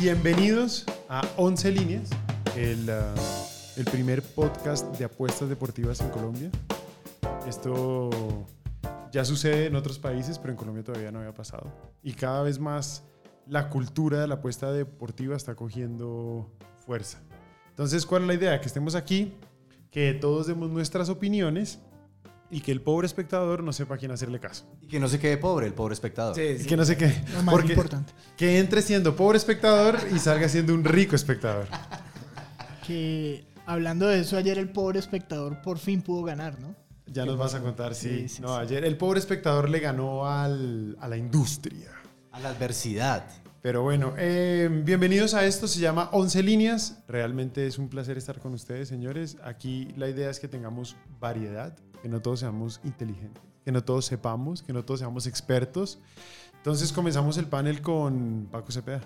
Bienvenidos a 11 Líneas, el, ah, el primer podcast de apuestas deportivas en Colombia. Esto ya sucede en otros países, pero en Colombia todavía no había pasado. Y cada vez más la cultura de la apuesta deportiva está cogiendo fuerza. Entonces, ¿cuál es la idea? Que estemos aquí, que todos demos nuestras opiniones y que el pobre espectador no sepa a quién hacerle caso. Y que no se quede pobre, el pobre espectador. Y que no sé qué. Lo más Porque- importante. Que entre siendo pobre espectador y salga siendo un rico espectador. Que hablando de eso, ayer el pobre espectador por fin pudo ganar, ¿no? Ya nos vas a contar, sí. Sí, sí, no, sí. ayer el pobre espectador le ganó al- a la industria. A la adversidad. Pero bueno, eh, bienvenidos a esto, se llama 11 líneas. Realmente es un placer estar con ustedes, señores. Aquí la idea es que tengamos variedad, que no todos seamos inteligentes, que no todos sepamos, que no todos seamos expertos. Entonces comenzamos el panel con Paco Cepeda.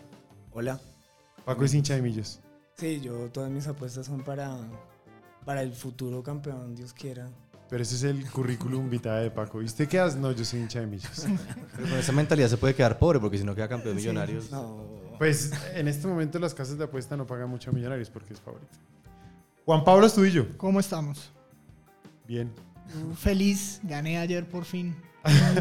Hola. Paco es hincha de millos. Sí, yo todas mis apuestas son para, para el futuro campeón, Dios quiera. Pero ese es el currículum vitae de Paco. ¿Y usted qué hace? No, yo soy hincha de millos. Pero con esa mentalidad se puede quedar pobre, porque si no queda campeón millonario. No. Pues en este momento las casas de apuesta no pagan mucho a millonarios porque es favorito. Juan Pablo Estudillo. ¿Cómo estamos? Bien. Feliz, gané ayer por fin.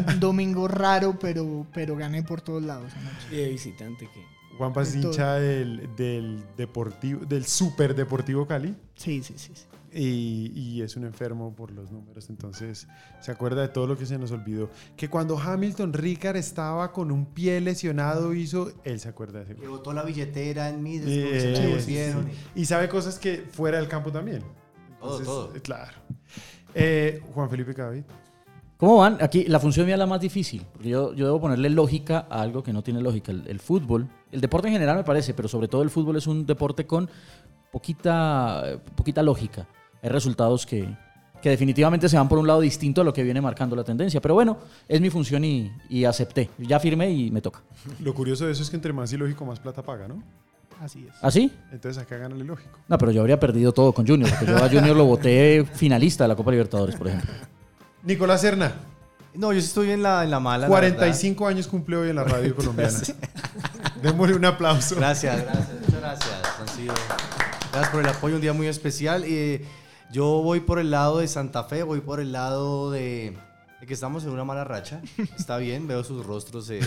Un domingo raro, pero, pero gané por todos lados. anoche. Y de visitante que. Juan Pablo es Es todo. hincha del, del deportivo, del super deportivo Cali Sí, sí, sí. sí. y, y es un enfermo por los números. Entonces se acuerda de todo lo que se nos olvidó. Que cuando Hamilton Ricard estaba con un pie lesionado hizo, él se acuerda de Que eso. botó la billetera en mí, después se la Eh, sí, devolvieron. sí. Y sabe cosas que fuera del campo también. Todo, todo. Claro. Eh, Juan Felipe Cavit. ¿Cómo van? Aquí la función mía es la más difícil, porque yo, yo debo ponerle lógica a algo que no tiene lógica. El, el fútbol, el deporte en general me parece, pero sobre todo el fútbol es un deporte con poquita, eh, poquita lógica. Hay resultados que, que definitivamente se van por un lado distinto a lo que viene marcando la tendencia. Pero bueno, es mi función y, y acepté. Ya firmé y me toca. Lo curioso de eso es que entre más ilógico, más plata paga, ¿no? Así Ah, es. ¿Así? Entonces acá gana el ilógico. ¿Ah, No, pero yo habría perdido todo con Junior, porque yo a Junior lo voté finalista de la Copa Libertadores, por ejemplo. Nicolás Serna, No, yo sí estoy en la, en la mala. la 45 años cumple hoy en la radio colombiana. Démosle un aplauso. verdad. Gracias, gracias, muchas gracias. Han sido- Gracias por el apoyo, un día muy especial. Eh, yo voy por el lado de Santa Fe, voy por el lado de, de que estamos en una mala racha. Está bien, veo sus rostros eh,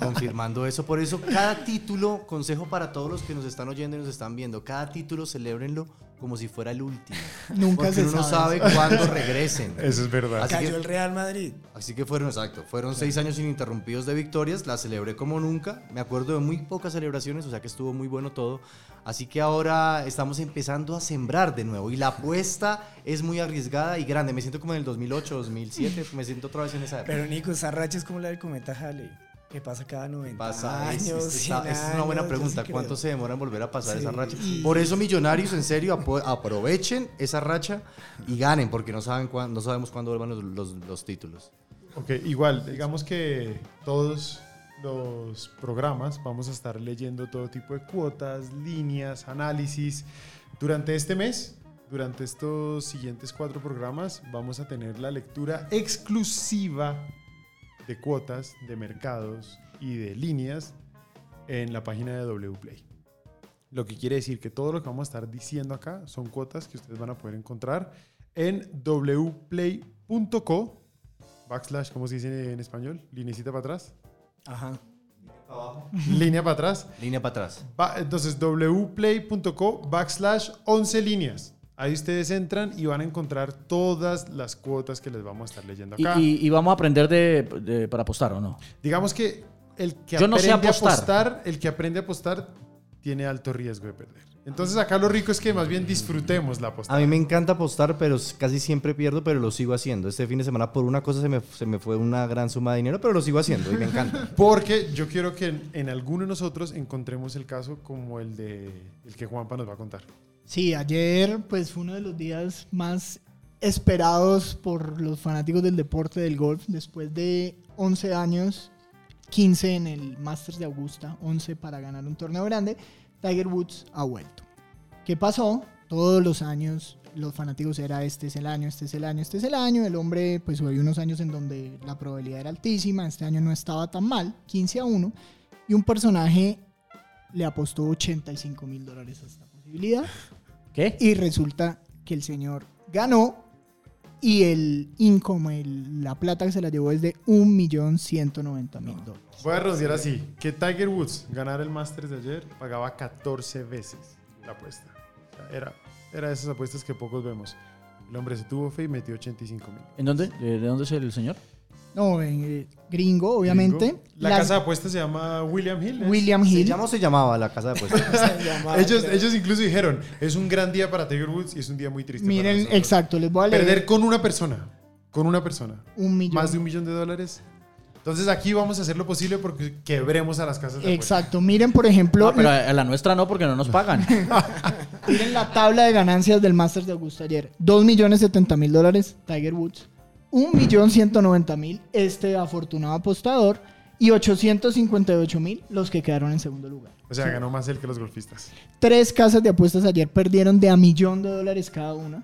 confirmando eso. Por eso, cada título, consejo para todos los que nos están oyendo y nos están viendo, cada título celébrenlo como si fuera el último. Nunca porque se uno sabe. no sabe cuándo regresen. Eso es verdad. Así Cayó que- el Real Madrid. Así que fueron, exacto, fueron seis años ininterrumpidos de victorias, la celebré como nunca, me acuerdo de muy pocas celebraciones, o sea que estuvo muy bueno todo, así que ahora estamos empezando a sembrar de nuevo y la apuesta es muy arriesgada y grande, me siento como en el 2008, 2007, me siento otra vez en esa época. Pero Nico, esa racha es como la del cometa Halley, que pasa cada 90 Pasa, es, años. es- está- 100 es una buena años, yo pregunta, sí ¿cuánto creo. se demora en volver a pasar Sí. esa racha? Y- Por eso millonarios, en serio, apo- aprovechen esa racha y ganen, porque no, saben cuán- no sabemos cuándo vuelvan los- los- los títulos. Ok, igual, digamos que todos los programas vamos a estar leyendo todo tipo de cuotas, líneas, análisis. Durante este mes, durante estos siguientes cuatro programas, vamos a tener la lectura exclusiva de cuotas, de mercados y de líneas en la página de Wplay. Lo que quiere decir que todo lo que vamos a estar diciendo acá son cuotas que ustedes van a poder encontrar en wplay.co backslash, ¿cómo se dice en español? Linecita para atrás. Ajá. Línea para atrás. Línea para atrás. Va- entonces, wplay.co backslash 11 líneas. Ahí ustedes entran y van a encontrar todas las cuotas que les vamos a estar leyendo Y, acá. y- y vamos a aprender de- de- para apostar o no. Digamos que el que Yo no sé aprende a apostar. apostar, el que aprende a apostar, tiene alto riesgo de perder. Entonces, acá lo rico es que más bien disfrutemos la apostar. A mí me encanta apostar, pero s- casi siempre pierdo, pero lo sigo haciendo. Este fin de semana por una cosa se me, se me fue una gran suma de dinero, pero lo sigo haciendo y me encanta. Porque yo quiero que en, en alguno de nosotros encontremos el caso como el de el que Juanpa nos va a contar. Sí, ayer pues fue uno de los días más esperados por los fanáticos del deporte del golf después de 11 años, 15 en el Masters de Augusta, 11 para ganar un torneo grande, Tiger Woods ha vuelto. ¿Qué pasó? Todos los años los fanáticos era este es el año, este es el año, este es el año. El hombre, pues hubo unos años en donde la probabilidad era altísima, este año no estaba tan mal, 15 a 1. Y un personaje le apostó 85 mil dólares a esta posibilidad. ¿Qué? Y resulta que el señor ganó y el income, el- la plata que se la llevó es de 1.190.000 dólares. Voy a rociar así. Que Tiger Woods ganara el Masters de ayer pagaba 14 veces la apuesta. O sea, era, era de esas apuestas que pocos vemos. El hombre se tuvo fe y metió 85 mil. ¿En dónde? ¿De de dónde es el señor? No, eh, gringo, obviamente. La Las- casa de apuestas se llama William Hill. ¿eh? William ¿Se Hill. llama o se llamaba la casa de apuestas? Ellos, ellos incluso dijeron, es un gran día para Tiger Woods y es un día muy triste. para Miren, nosotros". exacto, les voy a leer Perder con una persona. Con una persona. un millón. Más de un millón de dólares. Entonces aquí vamos a hacer lo posible porque quebremos a las casas de apuestas. Exacto, miren por ejemplo, Ah, pero a a la nuestra no, porque no nos pagan. miren la tabla de ganancias del Masters de Augusta ayer. 2 millones 70 mil dólares, Tiger Woods. 1 millón 190 mil, este afortunado apostador. Y 858 mil, los que quedaron en segundo lugar. O sea, ganó más él que los golfistas. Tres casas de apuestas ayer perdieron de a millón de dólares cada una.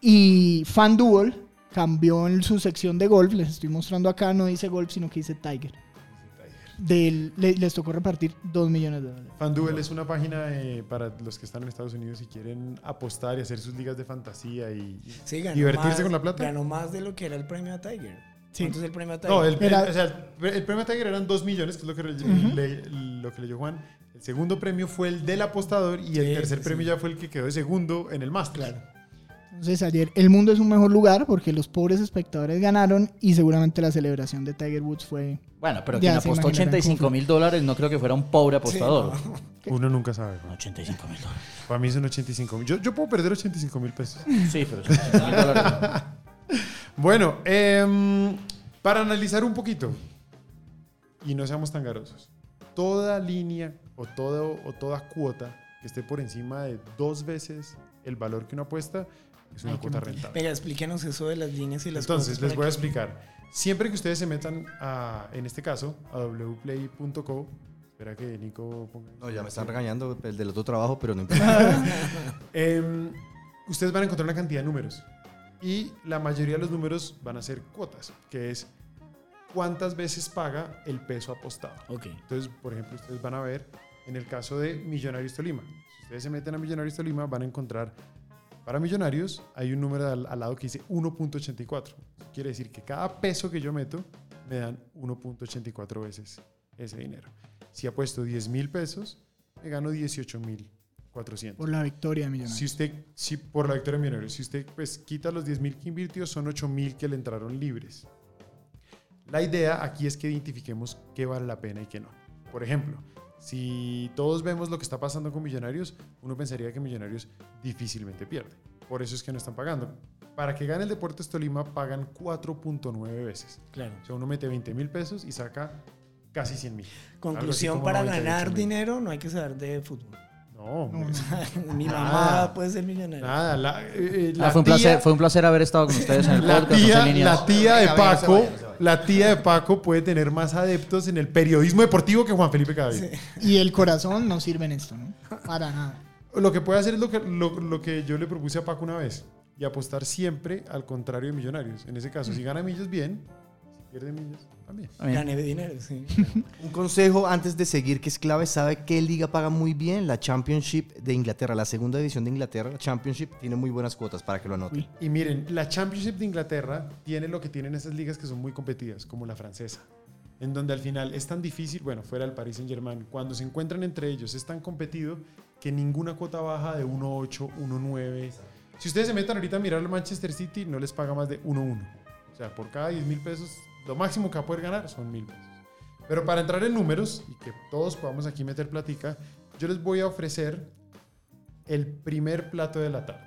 Y FanDuel cambió en su sección de golf. Les estoy mostrando acá, no dice golf, sino que dice Tiger. Del- le- les tocó repartir 2 millones de dólares. FanDuel es una página eh, para los que están en Estados Unidos y quieren apostar y hacer sus ligas de fantasía y... y- Sí, ganó ¿Divertirse más- con la plata? Ganó más de lo que era el premio a Tiger. Sí. ¿Cuánto es el premio a Tiger? No, el, Era- el- o sea, el- el premio Tiger eran 2 millones, que es lo que, le- le- lo que leyó Juan. El segundo premio fue el del apostador y el Sí, tercer sí, premio sí. ya fue el que quedó de segundo en el Masters. Claro. Entonces ayer el mundo es un mejor lugar porque los pobres espectadores ganaron y seguramente la celebración de Tiger Woods fue... Bueno, pero Ya quien se apostó imaginarán 85 mil dólares no creo que fuera un pobre apostador. Uno nunca sabe. ¿no? 85 mil dólares. Para mí son 85 mil. Yo, yo puedo perder 85 mil pesos. Sí, pero 85 mil dólares. no. Bueno, em, para analizar un poquito, y no seamos tan garosos, toda línea o, todo, o toda cuota que esté por encima de dos veces el valor que una apuesta es una Hay que cuota meterle. rentable. Venga, explíquenos eso de las líneas y las Entonces, cuotas les para voy a que- explicar. Siempre que ustedes se metan a, en este caso, a wplay.co, espera que Nico ponga... No, ya me están regañando el del otro trabajo, pero no importa. Em, ustedes van a encontrar una cantidad de números y la mayoría de los números van a ser cuotas, que es cuántas veces paga el peso apostado. Ok. Entonces, por ejemplo, ustedes van a ver en el caso de Millonarios Tolima. Si ustedes se meten a Millonarios Tolima, van a encontrar para Millonarios hay un número al, al lado que dice 1.84. Quiere decir que cada peso que yo meto me dan 1.84 veces ese dinero. Si apuesto 10 mil pesos, me gano 18.400. Por la victoria de Si Millonarios. usted, si por la victoria de Millonarios, si usted pues, quita los 10 mil que invirtió, son 8 mil que le entraron libres. La idea aquí es que identifiquemos qué vale la pena y qué no. Por ejemplo, si todos vemos lo que está pasando con Millonarios, uno pensaría que Millonarios difícilmente pierde. Por eso es que no están pagando. Para que gane el Deportes Tolima pagan 4.9 veces. Claro. O sea, uno mete 20 mil pesos y saca casi 100 mil. Conclusión, como para 98 ganar mil. dinero no hay que saber de fútbol. No, hombre. Mi Nada. mamá puede ser millonaria. Nada, la, eh, eh, Ah, la fue, un tía- placer, fue un placer haber estado con ustedes en el La podcast. tía, Once Líneas. la tía de Venga, venga, no se Paco, vaya, no se vaya. la tía de Paco puede tener más adeptos en el periodismo deportivo que Juan Felipe Cadavid. Y el corazón no sirve en esto, ¿no? Para nada. Lo que puede hacer es lo que, lo, lo que yo le propuse a Paco una vez y apostar siempre al contrario de Millonarios. En ese caso, si gana Millos, bien. Si pierde Millos, también. Ah, bien. Gané dinero, sí. Un consejo antes de seguir que es clave, ¿sabe qué liga paga muy bien? La Championship de Inglaterra, la segunda división de Inglaterra, la Championship tiene muy buenas cuotas para que lo anoten. Y miren, la Championship de Inglaterra tiene lo que tienen esas ligas que son muy competidas, como la francesa, en donde al final es tan difícil, bueno, fuera el Paris Saint Germain, cuando se encuentran entre ellos es tan competido que ninguna cuota baja de 1.8, 1.9. Si ustedes se metan ahorita a mirar al Manchester City, no les paga más de 1.1. O sea, por cada 10 mil pesos, lo máximo que va a poder ganar son mil pesos. Pero para entrar en números y que todos podamos aquí meter platica, yo les voy a ofrecer el primer plato de la tarde.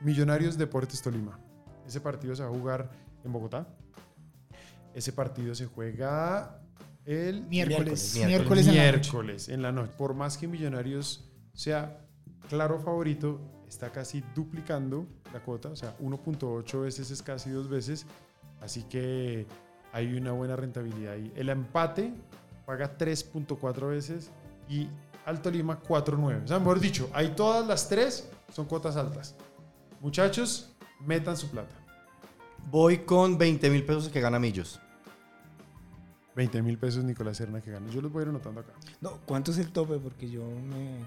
Millonarios Deportes Tolima. Ese partido se va a jugar en Bogotá. Ese partido se juega el Miércoles. Miércoles, Miércoles, en la noche. miércoles en la noche. Por más que Millonarios sea claro favorito, está casi duplicando la cuota, o sea, 1.8 veces es casi dos veces, así que hay una buena rentabilidad ahí. El empate paga 3.4 veces y Alto Lima 4.9. O sea, mejor dicho, hay todas las tres son cuotas altas. Muchachos, metan su plata. Voy con 20 mil pesos que gana Millos. 20 mil pesos Nicolás Serna que gana. Yo los voy a ir anotando acá. No, ¿cuánto es el tope? Porque yo me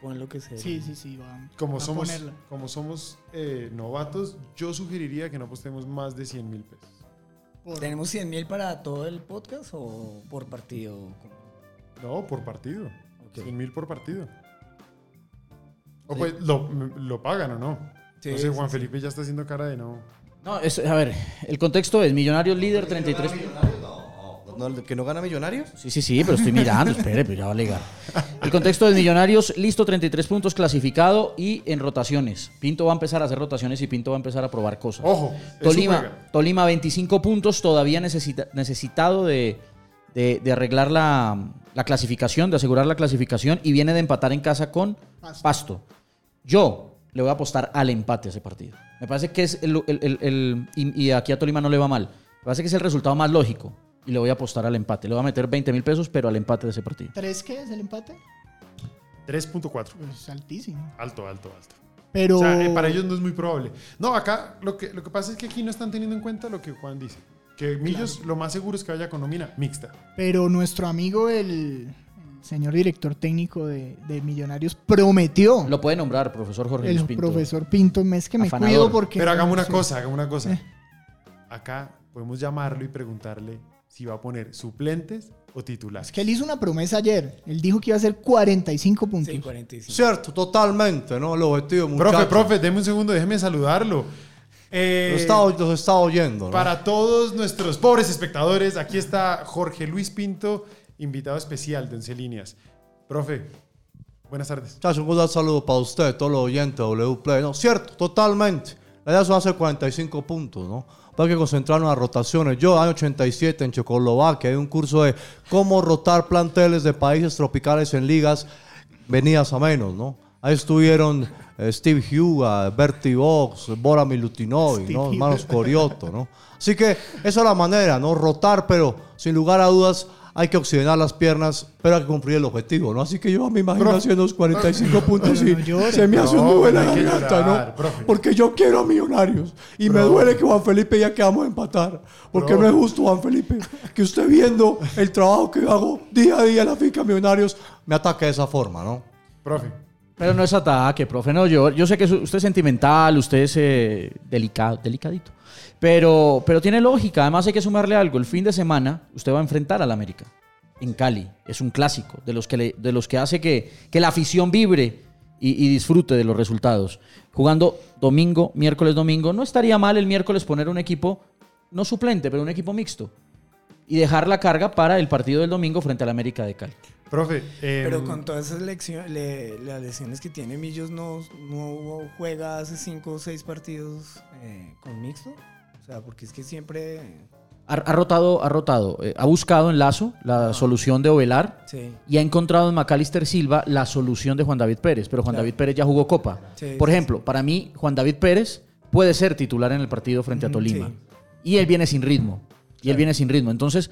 pongo en lo que sé. Sí, sí, sí. va- Como va a somos, ponerla. como somos eh, novatos, yo sugeriría que no apostemos más de 100 mil pesos. Por- ¿Tenemos 100 mil para todo el podcast o por partido? No, por partido. Ok. 100 mil por partido. O pues lo, lo pagan o no. Sí, Entonces sí, Juan sí. Felipe ya está haciendo cara de no. No, es- a ver, el contexto es Millonarios líder 33. No, no, ¿Que no gana Millonarios? Sí, sí, sí, pero estoy mirando, espere, pero ya va a llegar. El contexto de Millonarios, listo, 33 puntos clasificado y en rotaciones. Pinto va a empezar a hacer rotaciones y Pinto va a empezar a probar cosas. Ojo, eso Tolima, juega. Tolima 25 puntos, todavía necesita, necesitado de, de- de arreglar la, la clasificación, de asegurar la clasificación y viene de empatar en casa con Pasto. Pasto. Yo le voy a apostar al empate a ese partido. Me parece que es el... el- el- el- y, y aquí a Tolima no le va mal. Me parece que es el resultado más lógico y le voy a apostar al empate. Le voy a meter 20 mil pesos, pero al empate de ese partido. ¿Tres qué es el empate? 3.4. Pues altísimo. Alto, alto, alto. Pero. O sea, eh, para ellos no es muy probable. No, acá lo que, lo que pasa es que aquí no están teniendo en cuenta lo que Juan dice. Que Millos lo más seguro es que vaya con nómina mixta. Pero nuestro amigo, el, el señor director técnico de, de Millonarios, prometió Lo puede nombrar, profesor Jorge el Luis Pinto. profesor Pinto. Es que me Afanador. cuido porque. Pero hagamos una sí. cosa, hagamos una cosa. Eh. Acá podemos llamarlo y preguntarle si va a poner suplentes o Es titulares. que él hizo una promesa ayer. Él dijo que iba a hacer 45 puntos. Sí, 45. Cierto, totalmente, ¿no? Los objetivos, Profe, muchachos. profe, deme un segundo, déjeme saludarlo. Eh, Los está, los está oyendo, ¿no? Para todos nuestros pobres espectadores, aquí está Jorge Luis Pinto, invitado especial de Once Líneas. Profe, buenas tardes. Muchachos, un cordial saludo para usted, todos los oyentes de W Play. No, cierto, totalmente. La idea son hacer 45 puntos, ¿no? Para que concentrarnos en las rotaciones. Yo, año 87, en Checoslovaquia, hay un curso de cómo rotar planteles de países tropicales en ligas venidas a menos, ¿no? Ahí estuvieron eh, Steve Huga, Bertie Vox, Bora Milutinovic, ¿no? Hermanos Corioto, ¿no? Así que esa es la manera, ¿no? Rotar, pero sin lugar a dudas hay que oxigenar las piernas, pero hay que cumplir el objetivo, ¿no? Así que yo me imagino haciendo los 45 puntos y se me hace un No, nudo en la hay que garganta, llorar, ¿no? profe. Porque yo quiero a Millonarios y me Profe. duele que Juan Felipe ya quedamos a empatar, porque Profe. no es justo, Juan Felipe, que usted viendo el trabajo que yo hago día a día en la finca Millonarios me ataque de esa forma, ¿no? Profe, Pero no es ataque, profe. No, yo, yo sé que su- usted es sentimental, usted es eh, delicado, delicadito. Pero, pero tiene lógica. Además, hay que sumarle algo. El fin de semana, usted va a enfrentar al América en Cali. Es un clásico de los que, le- de los que hace que, que la afición vibre y, y disfrute de los resultados. Jugando domingo, miércoles, domingo. No estaría mal el miércoles poner un equipo, no suplente, pero un equipo mixto. Y dejar la carga para el partido del domingo frente al América de Cali. profe. eh, Pero con todas esas lecciones, las lesiones que tiene Millos, ¿no, no juega hace 5 o 6 partidos eh, con mixto? O sea, porque es que siempre... Ha, ha rotado, ha rotado. eh, ha buscado en Lazo la Ah. solución de Ovelar Sí. y ha encontrado en Macalister Silva la solución de Juan David Pérez. Pero Juan Claro. David Pérez ya jugó Copa. Sí, Por sí, ejemplo, para mí, Juan David Pérez puede ser titular en el partido frente a Ujú, Tolima. sí. Y él viene sin ritmo. Y él viene sin ritmo. Entonces,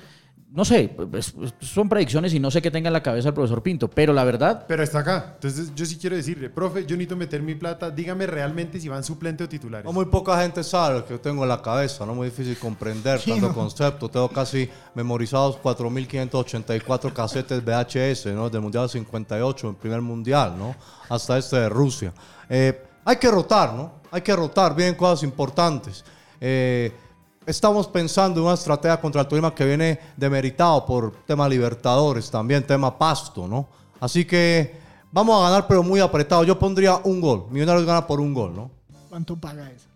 no sé, pues, pues, son predicciones y no sé qué tenga en la cabeza el profesor Pinto. Pero la verdad, pero está acá. Entonces, yo sí quiero decirle, profe, yo necesito meter mi plata. Dígame realmente si van suplente o titulares. No, muy poca gente sabe lo que yo tengo en la cabeza, no muy difícil comprender Sí, tanto no. concepto. Tengo casi memorizados 4.584 casetes VHS, ¿no? Del Mundial 58, el primer Mundial, ¿no? Hasta este de Rusia. Eh, hay que rotar, ¿no? Hay que rotar, vienen cosas importantes. Eh, estamos pensando en una estrategia contra el Tolima que viene demeritado por tema Libertadores, también tema Pasto, ¿no? Así que vamos a ganar, pero muy apretado. Yo pondría un gol. Millonarios gana por un gol, ¿no? ¿Cuánto paga eso?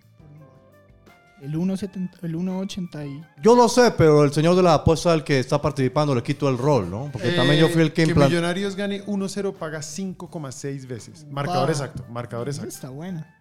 El 1.70 el 1.80 y. Yo lo sé, pero el señor de las apuestas el que está participando le quito el rol, ¿no? Porque Eh, también yo fui el que implantó. Millonarios gane 1-0 paga 5,6 veces. Marcador Pa. exacto, marcador exacto. Está buena.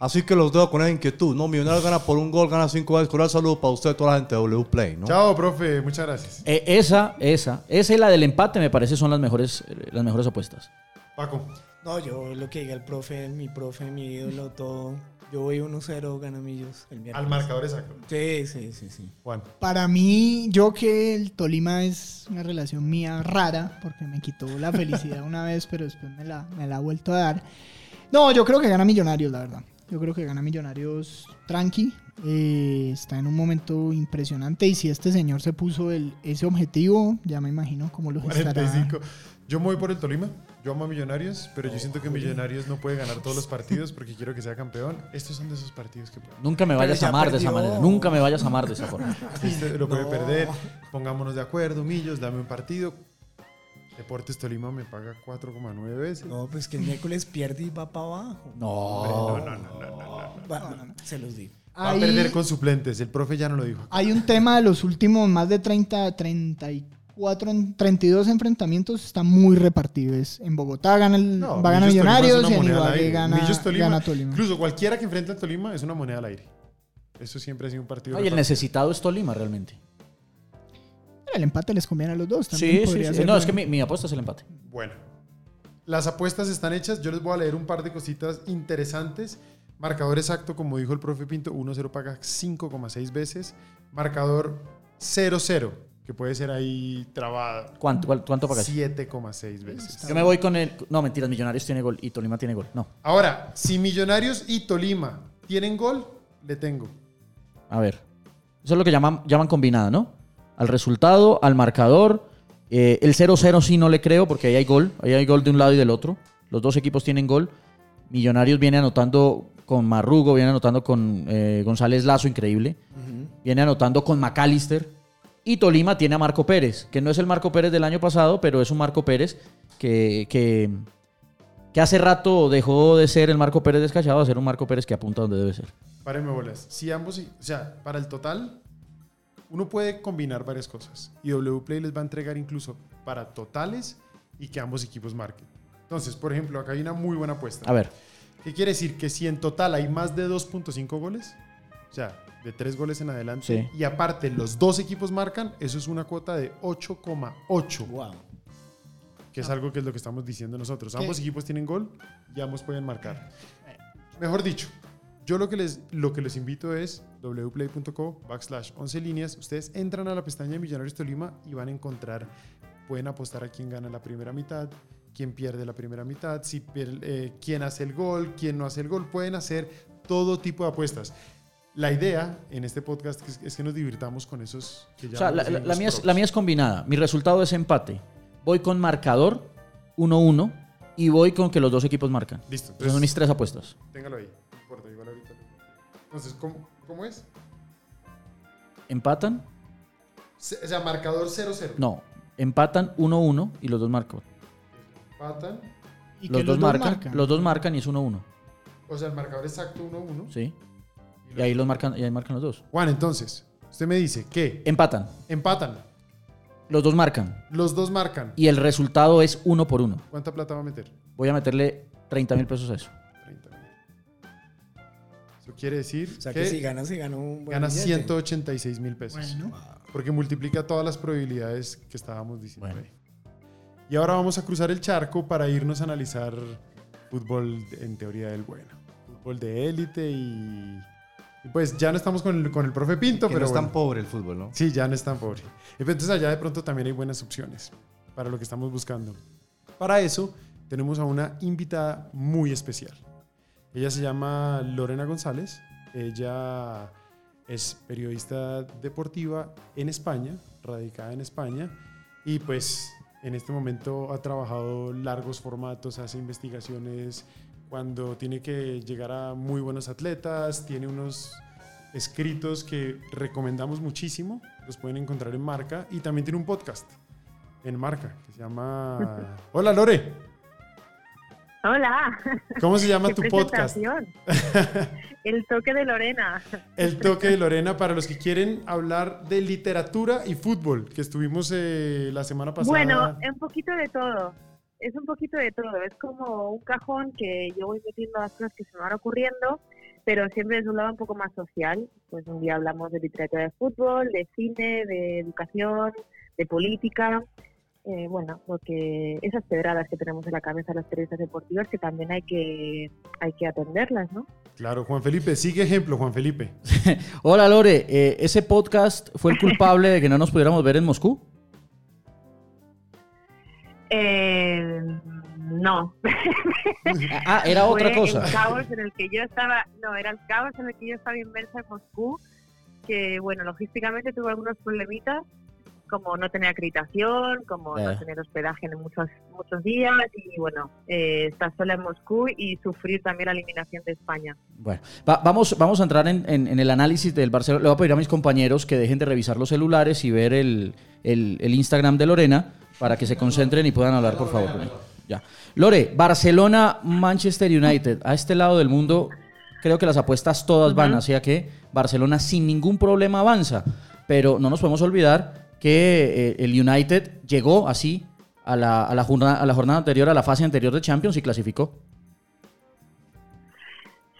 Así que los dejo con esa inquietud, ¿no? Millonarios gana por un gol, gana cinco veces. Cordial saludo para usted, toda la gente de W Play, ¿no? Chao, profe, muchas gracias. eh, esa, esa, esa y la del empate me parece son las mejores, eh, las mejores apuestas. Paco, No, yo lo que diga el profe, mi profe, mi ídolo, todo. Yo voy 1-0, gana Millos el al miércoles. marcador exacto. Sí, sí, sí, sí. Juan. Para mí, yo que el Tolima es una relación mía rara, porque me quitó la felicidad una vez, pero después me la, me la ha vuelto a dar. No, yo creo que gana Millonarios, la verdad. Yo creo que gana Millonarios tranqui. Eh, está en un momento impresionante. Y si este señor se puso el, ese objetivo, ya me imagino cómo lo estará. 45. Yo me voy por el Tolima. Yo amo a Millonarios, pero yo siento que Millonarios no puede ganar todos los partidos porque quiero que sea campeón. Estos son de esos partidos que puede- Nunca me vayas ya a amar de esa perdió. manera. Nunca me vayas a amar de esa forma. Este lo puede No. perder. Pongámonos de acuerdo, Millos, dame un partido. Deportes Tolima me paga 4,9 veces. No, pues que el miércoles pierde y va para abajo. No. Va- Se los digo. Va a Ahí- perder con suplentes. El profe ya no lo dijo. Hay un tema de los últimos más de 30, 34, en- 32 enfrentamientos, está muy repartido. Es, en Bogotá gana el, No, va a ganar Millos Tolima es Millonarios una y en moneda al Ibagué aire. gana Millos Tolima. gana Tolima. Incluso cualquiera que enfrenta a Tolima es una moneda al aire. Eso siempre ha sido un partido. Oye, el repartido. necesitado es Tolima realmente. El empate les conviene a los dos. También Sí, sí, podría sí. ser No, es que bueno. mi, mi apuesta es el empate. Bueno, las apuestas están hechas. Yo les voy a leer un par de cositas interesantes. Marcador exacto, como dijo el profe Pinto, 1-0 paga 5,6 veces. Marcador 0-0, que puede ser ahí trabada. ¿Cuánto, cuál- cuánto pagas? 7,6 veces. Yo me voy con el. No, mentiras, Millonarios tiene gol y Tolima tiene gol. No. Ahora, si Millonarios y Tolima tienen gol, le tengo. A ver. Eso es lo que llaman, llaman combinada, ¿no? Al resultado, al marcador. eh, el 0-0 sí no le creo porque ahí hay gol. Ahí hay gol de un lado y del otro. Los dos equipos tienen gol. Millonarios viene anotando con Marrugo, viene anotando con eh, González Lazo, increíble. Viene anotando con McAllister. Y Tolima tiene a Marco Pérez, que no es el Marco Pérez del año pasado, pero es un Marco Pérez que, que, que hace rato dejó de ser el Marco Pérez descachado a ser un Marco Pérez que apunta donde debe ser. Párenme bolas. Si ambos, o sea, para el total, uno puede combinar varias cosas. Y Wplay les va a entregar incluso para totales y que ambos equipos marquen. Entonces, por ejemplo, acá hay una muy buena apuesta. A ver. ¿Qué quiere decir? Que si en total hay más de 2.5 goles, o sea, de 3 goles en adelante, y aparte los dos equipos marcan, eso es una cuota de 8,8, Wow. que es algo que es lo que estamos diciendo nosotros. Ambos equipos tienen gol y ambos pueden marcar. Mejor dicho, yo lo que les, lo que les invito es wplay.co backslash 11 líneas. Ustedes entran a la pestaña de Millonarios Tolima y van a encontrar, pueden apostar a quién gana la primera mitad, quién pierde la primera mitad, si pier- eh, quién hace el gol, quién no hace el gol. Pueden hacer todo tipo de apuestas. La idea en este podcast es, es que nos divirtamos con esos que ya O sea, no la, los la- la vimos mía es, props. la mía es combinada. Mi resultado es empate. Voy con marcador 1-1 y voy con que los dos equipos marcan. Listo. Esas son mis tres apuestas. Téngalo ahí. No importa, igual ahorita lo- Entonces, ¿cómo, cómo es? ¿Empatan? Se- O sea, marcador 0-0. No. Empatan 1-1 y los dos marcan. Patan. Y que Los dos marcan, marcan. Los dos marcan y es 1-1. O sea, el marcador exacto 1-1. Sí. Y ahí los marcan, y ahí marcan los dos. Juan, entonces, usted me dice que Empatan. empatan, Los dos marcan. los dos marcan. Y el resultado es uno por uno. ¿Cuánta plata va a meter? Voy a meterle 30 mil pesos a eso. 30 mil. Eso quiere decir O sea que, que si gana, se gana un buen gana billete. 186 mil pesos. Bueno. Porque multiplica todas las probabilidades que estábamos diciendo Bueno. ahí. Y ahora vamos a cruzar el charco para irnos a analizar fútbol en teoría del bueno. Fútbol de élite y... y Pues ya no estamos con el, con el profe Pinto, Que pero no es tan bueno. pobre el fútbol, ¿no? Sí, ya no es tan pobre. pues Entonces allá de pronto también hay buenas opciones para lo que estamos buscando. Para eso tenemos a una invitada muy especial. Ella se llama Lorena González. Ella es periodista deportiva en España, radicada en España. Y pues en este momento ha trabajado largos formatos, hace investigaciones cuando tiene que llegar a muy buenos atletas, tiene unos escritos que recomendamos muchísimo, los pueden encontrar en Marca y también tiene un podcast en Marca que se llama Hola Lore, Hola, ¿cómo se llama qué tu podcast? presentación. El toque de Lorena. El toque de Lorena para los que quieren hablar de literatura y fútbol que estuvimos eh, la semana pasada. Bueno, eh, un poquito de todo. Es un poquito de todo. Es como un cajón que yo voy metiendo las cosas que se me van ocurriendo, pero siempre es un lado un poco más social. Pues un día hablamos de literatura de fútbol, de cine, de educación, de política. Eh, bueno, porque esas pedradas que tenemos en la cabeza las periodistas deportivas que también hay que, hay que atenderlas, ¿no? Claro, Juan Felipe, sigue ejemplo, Juan Felipe. Hola Lore, eh, ¿ese podcast fue el culpable de que no nos pudiéramos ver en Moscú? Eh, No, Ah, era otra fue cosa. El caos en el que yo estaba, no, era el caos en el que yo estaba inmersa en Moscú, que bueno, logísticamente tuve algunos problemitas, como no tener acreditación, como Eh. no tener hospedaje en muchos, muchos días, y bueno, eh, estar sola en Moscú y sufrir también la eliminación de España. Bueno, va- vamos, vamos a entrar en, en- en el análisis del Barcelona. Le voy a pedir a mis compañeros que dejen de revisar los celulares y ver el, el- el Instagram de Lorena para que se concentren y puedan hablar, por favor. con él. Ya. Lore, Barcelona, Manchester United. A este lado del mundo, creo que las apuestas todas van hacia que Barcelona sin ningún problema avanza. Pero no nos podemos olvidar que eh, el United llegó así a la, a la jornada- a la jornada anterior, a la fase anterior de Champions y clasificó.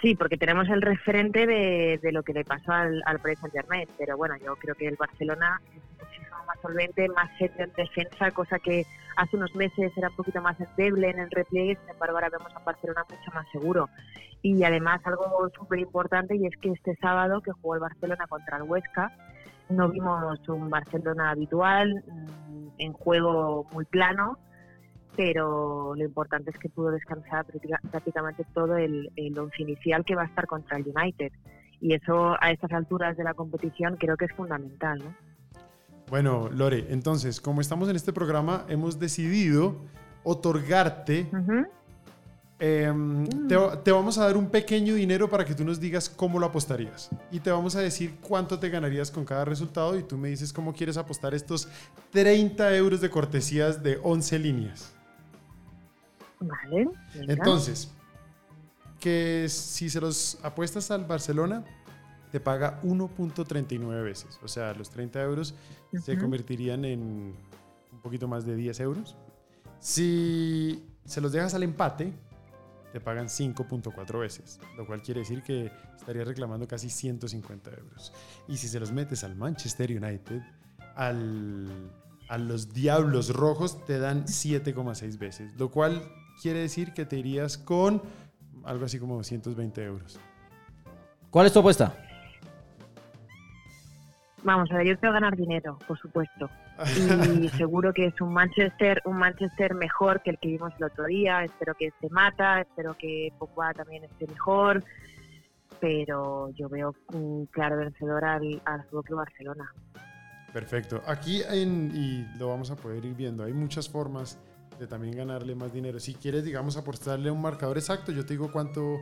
Sí, porque tenemos el referente de, de lo que le pasó al, al Paris Saint Germain, pero bueno, yo creo que el Barcelona es muchísimo más solvente, más serio en defensa, cosa que hace unos meses era un poquito más endeble en el repliegue, sin embargo ahora vemos a Barcelona mucho más seguro. Y además algo súper importante y es que este sábado que jugó el Barcelona contra el Huesca, no vimos un Barcelona habitual, mm, en juego muy plano, pero lo importante es que pudo descansar práctica- prácticamente todo el, el once inicial que va a estar contra el United. Y eso a estas alturas de la competición creo que es fundamental, ¿no? Bueno, Lore, entonces, como estamos en este programa, hemos decidido otorgarte. eh, te, te vamos a dar un pequeño dinero para que tú nos digas cómo lo apostarías. Y te vamos a decir cuánto te ganarías con cada resultado. Y tú me dices cómo quieres apostar estos 30 euros de cortesías de 11 líneas. Vale. venga. Entonces, que si se los apuestas al Barcelona, te paga 1.39 veces. O sea, los 30 euros se Ujú. convertirían en un poquito más de 10 euros. Si se los dejas al empate, te pagan 5.4 veces, lo cual quiere decir que estarías reclamando casi 150 euros. Y si se los metes al Manchester United, al, a los Diablos Rojos, te dan 7,6 veces, lo cual quiere decir que te irías con algo así como 220 euros. ¿Cuál es tu apuesta? Vamos a ver, yo quiero ganar dinero, por supuesto. Y seguro que es un Manchester, un Manchester mejor que el que vimos el otro día. Espero que se mata, espero que Pogba también esté mejor. Pero yo veo mm, claro vencedor al, al Fútbol Club Barcelona. Perfecto. Aquí, en, y lo vamos a poder ir viendo, hay muchas formas de también ganarle más dinero. Si quieres, digamos, apostarle un marcador exacto, yo te digo cuánto,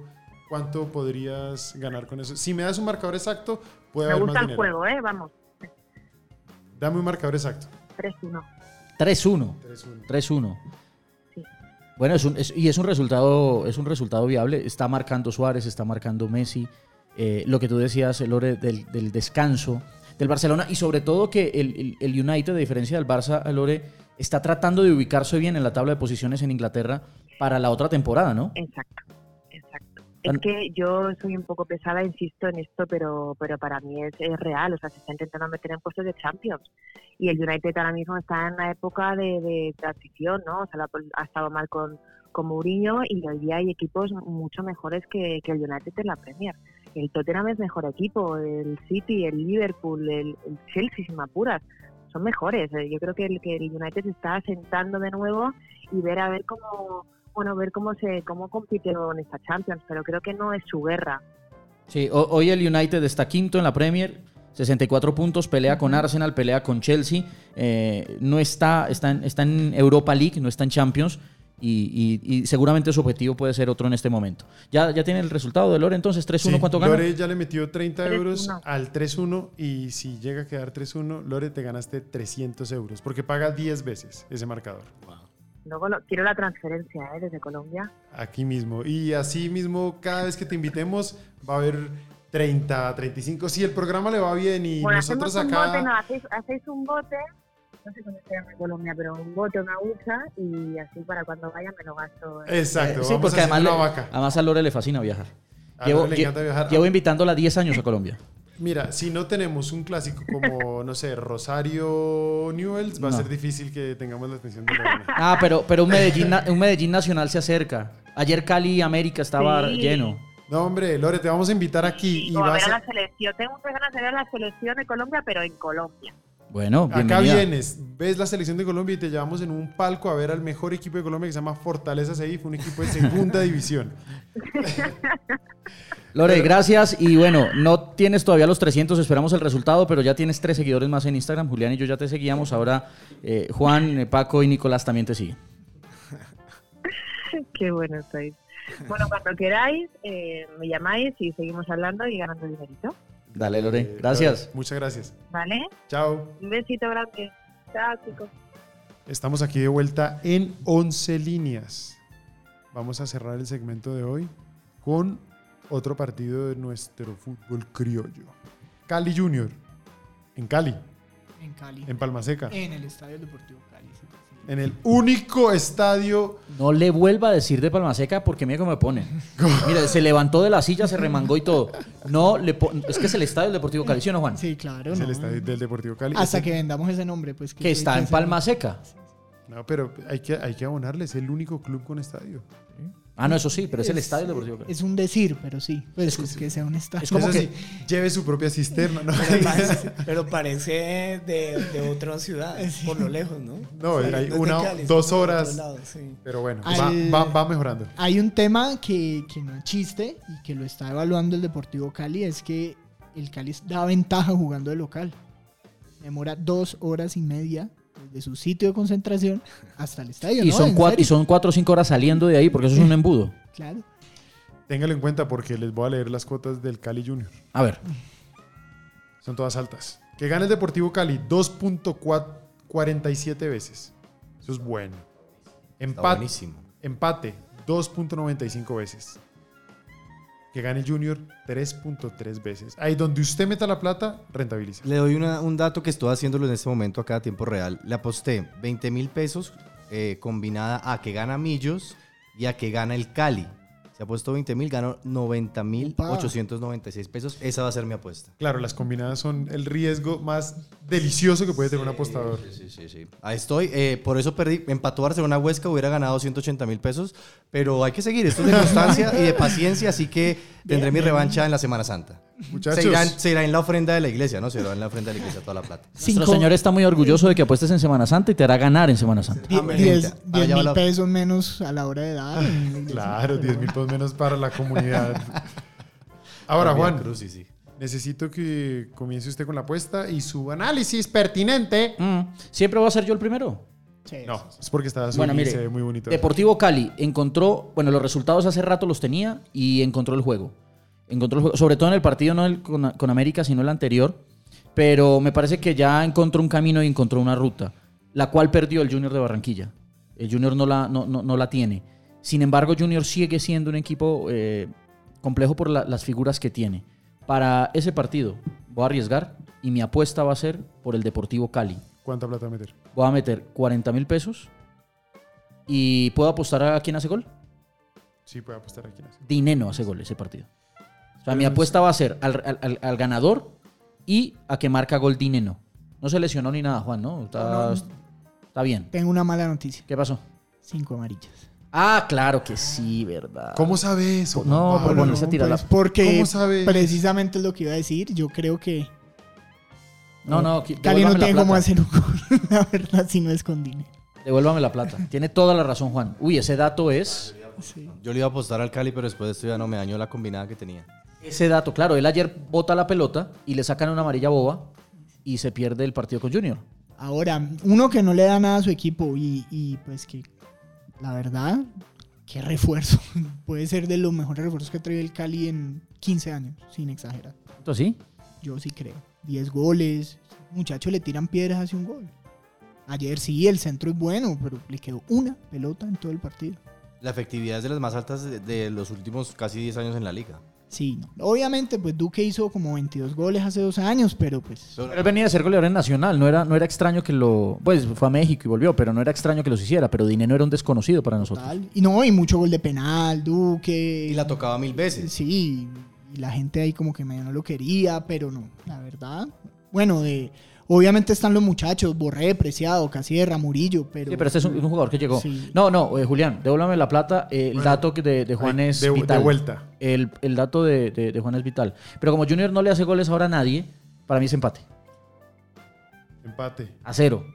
cuánto podrías ganar con eso. Si me das un marcador exacto, puede Me haber gusta más el dinero. juego, ¿eh? Vamos, Dame un marcador exacto. 3-1. 3-1. 3-1. 3-1. Sí. Bueno, es un, es- y es un resultado, es un resultado viable. Está marcando Suárez, está marcando Messi. Eh, lo que tú decías, Lore, del, del descanso del Barcelona. Y sobre todo que el, el- el United, a diferencia del Barça, Lore, está tratando de ubicarse bien en la tabla de posiciones en Inglaterra para la otra temporada, ¿no? Exacto, exacto. Tan- Es que yo soy un poco pesada, insisto en esto, pero pero para mí es, es real. O sea, se está intentando meter en puestos de Champions. Y el United ahora mismo está en una época de, de transición, ¿no? O sea, la- ha estado mal con, con Mourinho y hoy día hay equipos mucho mejores que, que el United en la Premier. El Tottenham es mejor equipo, el City, el Liverpool, el, el Chelsea, sin apuras. Son mejores. Eh, Yo creo que el, que el United se está asentando de nuevo y ver a ver cómo bueno, ver cómo se cómo compite con esta Champions, pero creo que no es su guerra. Sí, ho- hoy el United está quinto en la Premier, 64 puntos, pelea con Arsenal, pelea con Chelsea, eh, no está, está, en, está en Europa League, no está en Champions. Y, y- y seguramente su objetivo puede ser otro en este momento. Ya, ya tiene el resultado de Lore, entonces 3-1, Sí, ¿cuánto gana? Lore ya le metió 30 euros 3-1. al 3-1 y si llega a quedar 3-1, Lore te ganaste 300 euros porque paga 10 veces ese marcador. Luego lo- quiero la transferencia ¿eh? desde Colombia. Aquí mismo. Y así mismo, cada vez que te invitemos, va a haber 30, 35. Si el programa le va bien y bueno, nosotros hacemos un bote, no, acá. hacéis, hacéis un bote, no sé cómo se llama en Colombia, pero un bote, una hucha, y así para cuando vaya me lo gasto. ¿eh? en- Exacto, Eh, Sí, vamos porque a hacer además, una le- Ah. vaca. además a Lore le fascina viajar. A Llevo, Lore le lle- encanta viajar. llevo invitándola 10 años a Colombia. Mira, si no tenemos un clásico como, no sé, Rosario Newells, va No. a ser difícil que tengamos la atención de la Ah, pero, pero un, Medellín, na- un Medellín Nacional se acerca. Ayer Cali América estaba Sí. lleno. No, hombre, Lore, te vamos a invitar aquí y o a ver vas a a. la selección. Tengo muchas ganas de ver a la selección de Colombia, pero en Colombia. Bueno, Acá bienvenida. vienes, ves la selección de Colombia y te llevamos en un palco a ver al mejor equipo de Colombia que se llama Fortaleza Seif, un equipo de segunda división. Lore, gracias. Y bueno, no tienes todavía los 300, esperamos el resultado, pero ya tienes tres seguidores más en Instagram. Julián y yo ya te seguíamos. Ahora eh, Juan, eh, Paco y Nicolás también te siguen. Qué bueno estáis. Bueno, cuando queráis, eh, me llamáis y seguimos hablando y ganando dinerito. Dale, Eh, Lore. Gracias. Lore, Muchas gracias. ¿Vale? Chao. Un besito grande. Chao, chicos. Estamos aquí de vuelta en 11 líneas. Vamos a cerrar el segmento de hoy con otro partido de nuestro fútbol criollo. Cali Junior, en Cali, En Cali. en Palmaseca, En el Estadio Deportivo Cali. sí, sí. en el único estadio No le vuelva a decir de Palma Seca porque mira cómo me pone. Mira, se levantó de la silla, se remangó y todo. No le po- es que es el estadio del Deportivo Cali, ¿sí o no, Juan? Sí, claro. es el ¿no? estadio del Deportivo Cali. Hasta Es que el- vendamos ese nombre, pues. Que está en Palma Seca. No, pero hay que, hay que abonarle, es el único club con estadio. Ah, no, eso sí, pero es el estadio del Deportivo Cali. Es un decir, pero sí. Pues es que sea un estadio. es como Eso que- sí, lleve su propia cisterna. No, Pero parece, pero parece de, de otra ciudad, por lo lejos, ¿no? No, O sea, hay es de una- Cali, es dos de otro horas. lado, sí. Pero bueno, Al- va, va- va mejorando. Hay un tema que, que no es chiste y que lo está evaluando el Deportivo Cali, es que el Cali da ventaja jugando de local. Demora dos horas y media desde su sitio de concentración hasta el estadio. Y ¿no? son, En cuatro, y serio, son cuatro o cinco horas saliendo de ahí porque eso es un embudo. Claro. Ah, Téngalo en cuenta porque les voy a leer las cuotas del Cali Junior. A ver, Son todas altas. Que gane el Deportivo Cali 2.47 veces. Eso es bueno. Está Empate, buenísimo. empate 2.95 veces. Que gane el Junior 3.3 veces. Ahí donde usted meta la plata, rentabiliza. Le doy una- un dato que estoy haciéndolo en este momento acá a tiempo real. Le aposté 20 mil pesos eh, combinada a que gana Millos y a que gana el Cali. Se apostó 20 mil, ganó 90 mil Opa. 896 pesos. Esa va a ser mi apuesta. Claro, las combinadas son el riesgo más delicioso que puede tener un apostador. Sí, sí, sí. Ahí estoy. eh, por eso perdí. Empató Barcelona Huesca, hubiera ganado 180 mil pesos. Pero hay que seguir. Esto es de constancia y de paciencia. Así que tendré mi revancha en la Semana Santa. Muchachos, Se irá, en- se irá en la ofrenda de la iglesia, ¿no? Se irá en la ofrenda de la iglesia toda la plata. nuestro señor está muy orgulloso de que apuestes en Semana Santa y te hará ganar en Semana Santa. Die- Amén. diez- Ah, diez ya va mil la- pesos menos a la hora de dar. Ah. en- claro, 10 mil pesos menos para la comunidad. Ahora, Juan, Cruz, sí, sí. necesito que comience usted con la apuesta y su análisis pertinente. Mm, ¿Siempre voy a ser yo el primero? Sí, No, es porque está azul Bueno, y mire, se ve muy bonito. Deportivo Cali encontró, bueno, los resultados hace rato los tenía y encontró el juego. Encontró el juego, sobre todo en el partido no el con, con América, sino el anterior, pero me parece que ya encontró un camino y encontró una ruta, la cual perdió el Junior de Barranquilla. El Junior no la, no, no- no la tiene. Sin embargo, Junior sigue siendo un equipo eh, complejo por la- las figuras que tiene. Para ese partido voy a arriesgar y mi apuesta va a ser por el Deportivo Cali ¿Cuánta plata va a meter? voy a meter 40 mil pesos y puedo apostar a quién hace gol. Sí, puede apostar aquí. ¿no? Dineno hace gol ese partido. O sea, mi Pero no apuesta va a ser al, al- al- al ganador y a que marca gol Dineno. No se lesionó ni nada, Juan, ¿no? Está, está bien. Tengo una mala noticia. ¿Qué pasó? Cinco amarillas. Ah, claro que sí, ¿verdad? ¿Cómo sabe eso? Ah, No, Juan por Pablo? ponerse a tirar la- pues, Porque ¿Cómo sabe? precisamente es lo que iba a decir. Yo creo que eh, No, no, qui- Cali devuélvame no la tiene cómo plata. hacer un gol, la verdad, si no es con dinero. Devuélvame la plata. Tiene toda la razón, Juan. Uy, ese dato es... Sí. Yo le iba a apostar al Cali, pero después de esto ya no me dañó la combinada que tenía. Ese dato, claro, él ayer bota la pelota y le sacan una amarilla boba y se pierde el partido con Junior. Ahora, uno que no le da nada a su equipo y, y, pues que la verdad, qué refuerzo. Puede ser de los mejores refuerzos que ha traído el Cali en 15 años, sin exagerar. Entonces, ¿sí? Yo sí creo. 10 goles, muchachos le tiran piedras hace un gol. Ayer sí, el centro es bueno, pero le quedó una pelota en todo el partido. La efectividad es de las más altas de, de los últimos casi 10 años en la liga. Sí, no. obviamente, pues Duque hizo como 22 goles hace dos años, pero pues Pero él venía de ser goleador en Nacional, no era, no era extraño que lo... Pues fue a México y volvió, pero no era extraño que los hiciera, pero Dineno era un desconocido para Ah, nosotros. tal. Y no, y mucho gol de penal, Duque. Y la tocaba mil veces. este, Sí, y la gente ahí como que medio no lo quería, pero no, la verdad. Bueno, de, obviamente están los muchachos, Borré, Preciado, Casierra, Murillo, pero... Sí, pero este es un, un jugador que llegó. Sí. No, no, eh, Julián, devuélvame la plata. eh, el Bueno. dato que de, de Juan Ay, es de, de vital. vuelta. El, el dato de, de- de Juan es vital. Pero como Junior no le hace goles ahora a nadie, para mí es empate. Empate. A cero.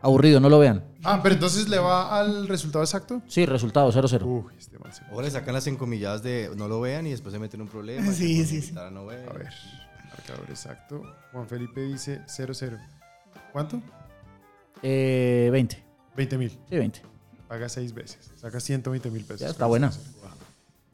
Aburrido, no lo vean. Ah, pero entonces le va al resultado exacto. Sí, resultado, 0-0. Uy, este mal se Ahora le sacan las encomilladas de no lo vean y después se meten en un problema. que Sí, pueden sí, invitar sí. A, no ver. A ver, marcador exacto. Juan Felipe dice 0-0. ¿Cuánto? Eh, 20. 20 mil. Sí, 20. Paga 6 veces. Saca 120 mil pesos. Ya está buena.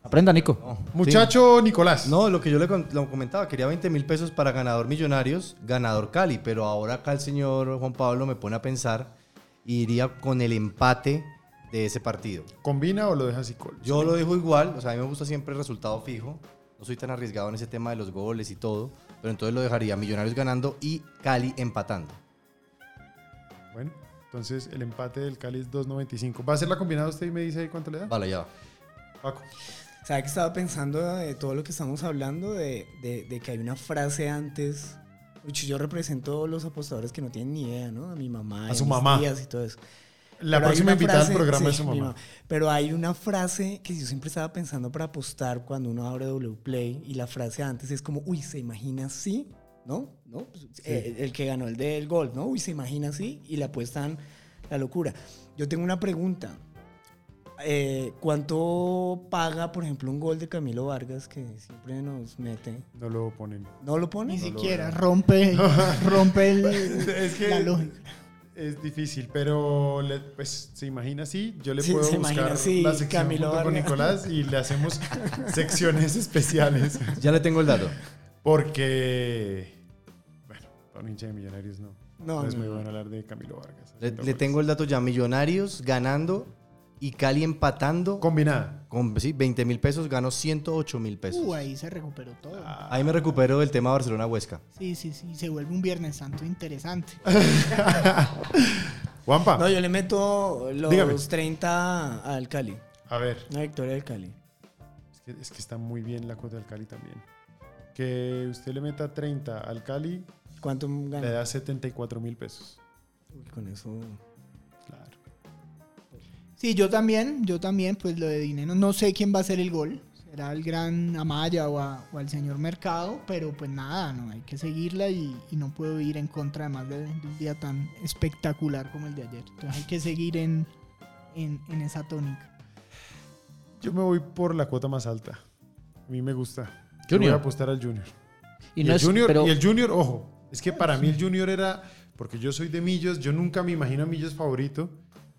Aprenda, Nico. No, sí. Muchacho Nicolás. No, lo que yo le con- lo comentaba, quería 20 mil pesos para ganador Millonarios, ganador Cali, pero ahora acá el señor Juan Pablo me pone a pensar y iría con el empate de ese partido. ¿Combina o lo deja así col? Yo lo dejo igual, o sea, a mí me gusta siempre el resultado fijo. No soy tan arriesgado en ese tema de los goles y todo, pero entonces lo dejaría Millonarios ganando y Cali empatando. Bueno, entonces el empate del Cali es 2.95. ¿Va a ser la combinada usted y me dice ahí cuánto le da? Vale, ya. va. Paco. ¿Sabe que estaba pensando de todo lo que estamos hablando? De, de- de que hay una frase antes. Uy, Yo represento a los apostadores que no tienen ni idea, ¿no? A mi mamá. y A su mis mamá. tías y todo eso. La Pero hay próxima una invitada al frase- programa sí, es su mi mamá. Pero hay una frase que yo siempre estaba pensando para apostar cuando uno abre W Play y la frase antes es como, uy, se imagina así, ¿no? ¿No? Pues, eh, el que ganó el del gol, ¿no? Uy, se imagina así y le apuestan la locura. Yo tengo una pregunta. Eh, ¿Cuánto paga, por ejemplo, un gol de Camilo Vargas que siempre nos mete? No lo ponen. ¿No lo pone? Ni siquiera rompe, rompe el- Es que- la lógica. Es difícil, pero le- pues se imagina así. Yo le Sí, puedo se buscar imagina así, la sección Camilo junto con Vargas. Nicolás y le hacemos secciones especiales. Ya le tengo el dato. Porque, bueno, para un hincha de millonarios no. No, No, es no, muy no. bueno hablar de Camilo Vargas. Le, haciendo le goles. tengo el dato ya. Millonarios ganando y Cali empatando. Con, Combinada. sí, 20 mil pesos, ganó 108 mil pesos. Uh, ahí se recuperó todo. Ahí me recupero del tema Barcelona-Huesca. Sí, sí, sí. Se vuelve un Viernes Santo interesante. Juanpa, No, yo le meto los Dígame. 30 al Cali. a ver, Una victoria del Cali. es que, es que está muy bien la cuota del Cali también. Que usted le meta 30 al Cali, ¿Cuánto le gana? da 74 mil pesos. Uy, con eso... Claro. Sí, yo también, yo también, pues lo de dinero. No sé quién va a ser el gol. Será el gran Amaya o, a- o al señor Mercado, pero pues nada, no hay que seguirla y, y no puedo ir en contra además de, de un día tan espectacular como el de ayer. Entonces hay que seguir en, en, en esa tónica. Yo me voy por la cuota más alta. A mí me gusta. Yo voy Junior. a apostar al Junior. Y, Y, no el es, junior pero y el Junior, ojo, es que para mí el Junior era, porque yo soy de Millos, yo nunca me imagino a Millos favorito,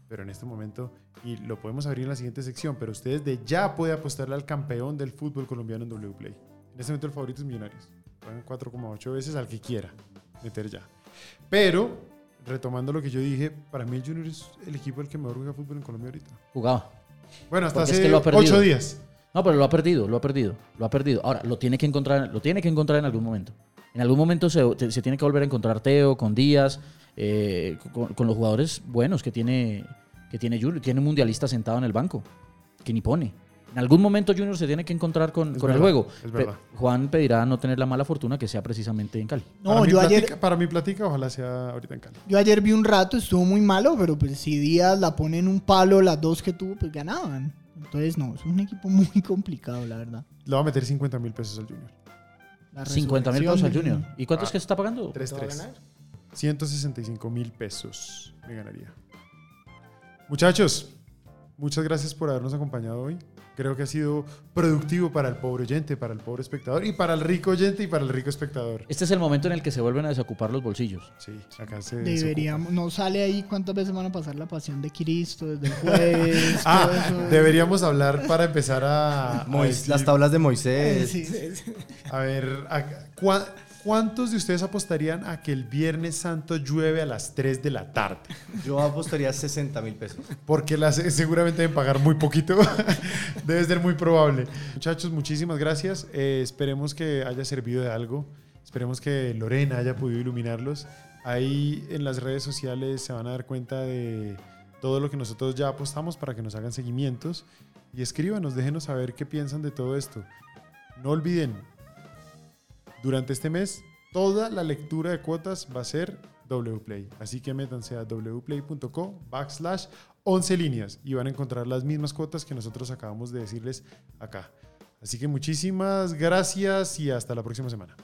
pero en este momento, y lo podemos abrir en la siguiente sección, pero ustedes de ya puede apostarle al campeón del fútbol colombiano en W Play. En este momento el favorito es Millonarios. Pagan 4,8 veces al que quiera meter ya. Pero, retomando lo que yo dije, para mí el Junior es el equipo el que mejor juega fútbol en Colombia ahorita. jugaba. Bueno, hasta Porque es hace que lo ha perdido. 8 días. No, pero lo ha perdido, lo ha perdido, lo ha perdido. Ahora, lo tiene que encontrar, lo tiene que encontrar en algún momento. En algún momento se, se tiene que volver a encontrar Teo, con Díaz, eh, con, con los jugadores buenos que tiene, que tiene Junior. Tiene un mundialista sentado en el banco, que ni pone. En algún momento Junior se tiene que encontrar con, Es con el verdad, juego. es verdad. Pe- Juan pedirá no tener la mala fortuna que sea precisamente en Cali. No, para, mi yo ayer, platica, para mi platica, ojalá sea ahorita en Cali. yo ayer vi un rato, estuvo muy malo, pero pues si Díaz la pone en un palo, las dos que tuvo, pues ganaban. Entonces, no, es un equipo muy complicado, la verdad. Le voy a meter 50 mil pesos al Junior. La 50 mil pesos al resurrección del Junior. ¿Y cuánto es Ah. que se está pagando? 3-3. 165 mil pesos me ganaría. Muchachos, muchas gracias por habernos acompañado hoy. Creo que ha sido productivo para el pobre oyente, para el pobre espectador y para el rico oyente y para el rico espectador. Este es el momento en el que se vuelven a desocupar los bolsillos. Sí, acá se Deberíamos, no sale ahí cuántas veces van a pasar la pasión de Cristo desde el jueves. desocupa. todo Ah, eso. ¿eh? deberíamos hablar para empezar a, a, Mois- decir- las tablas de Eh, Moisés. sí. a ver a- ¿cuá- cuántos de ustedes apostarían a que el Viernes Santo llueve a las 3 de la tarde. Yo apostaría 60 mil pesos. porque las, eh, seguramente deben pagar muy poquito. Debe ser muy probable. Muchachos, muchísimas gracias. Eh, esperemos que haya servido de algo. Esperemos que Lorena haya podido iluminarlos. Ahí en las redes sociales se van a dar cuenta de todo lo que nosotros ya apostamos para que nos hagan seguimientos. Y escríbanos, déjenos saber qué piensan de todo esto. No olviden, durante este mes, toda la lectura de cuotas va a ser Wplay. Así que métanse a wplay.co backslash 11 líneas y van a encontrar las mismas cuotas que nosotros acabamos de decirles acá. Así que muchísimas gracias y hasta la próxima semana.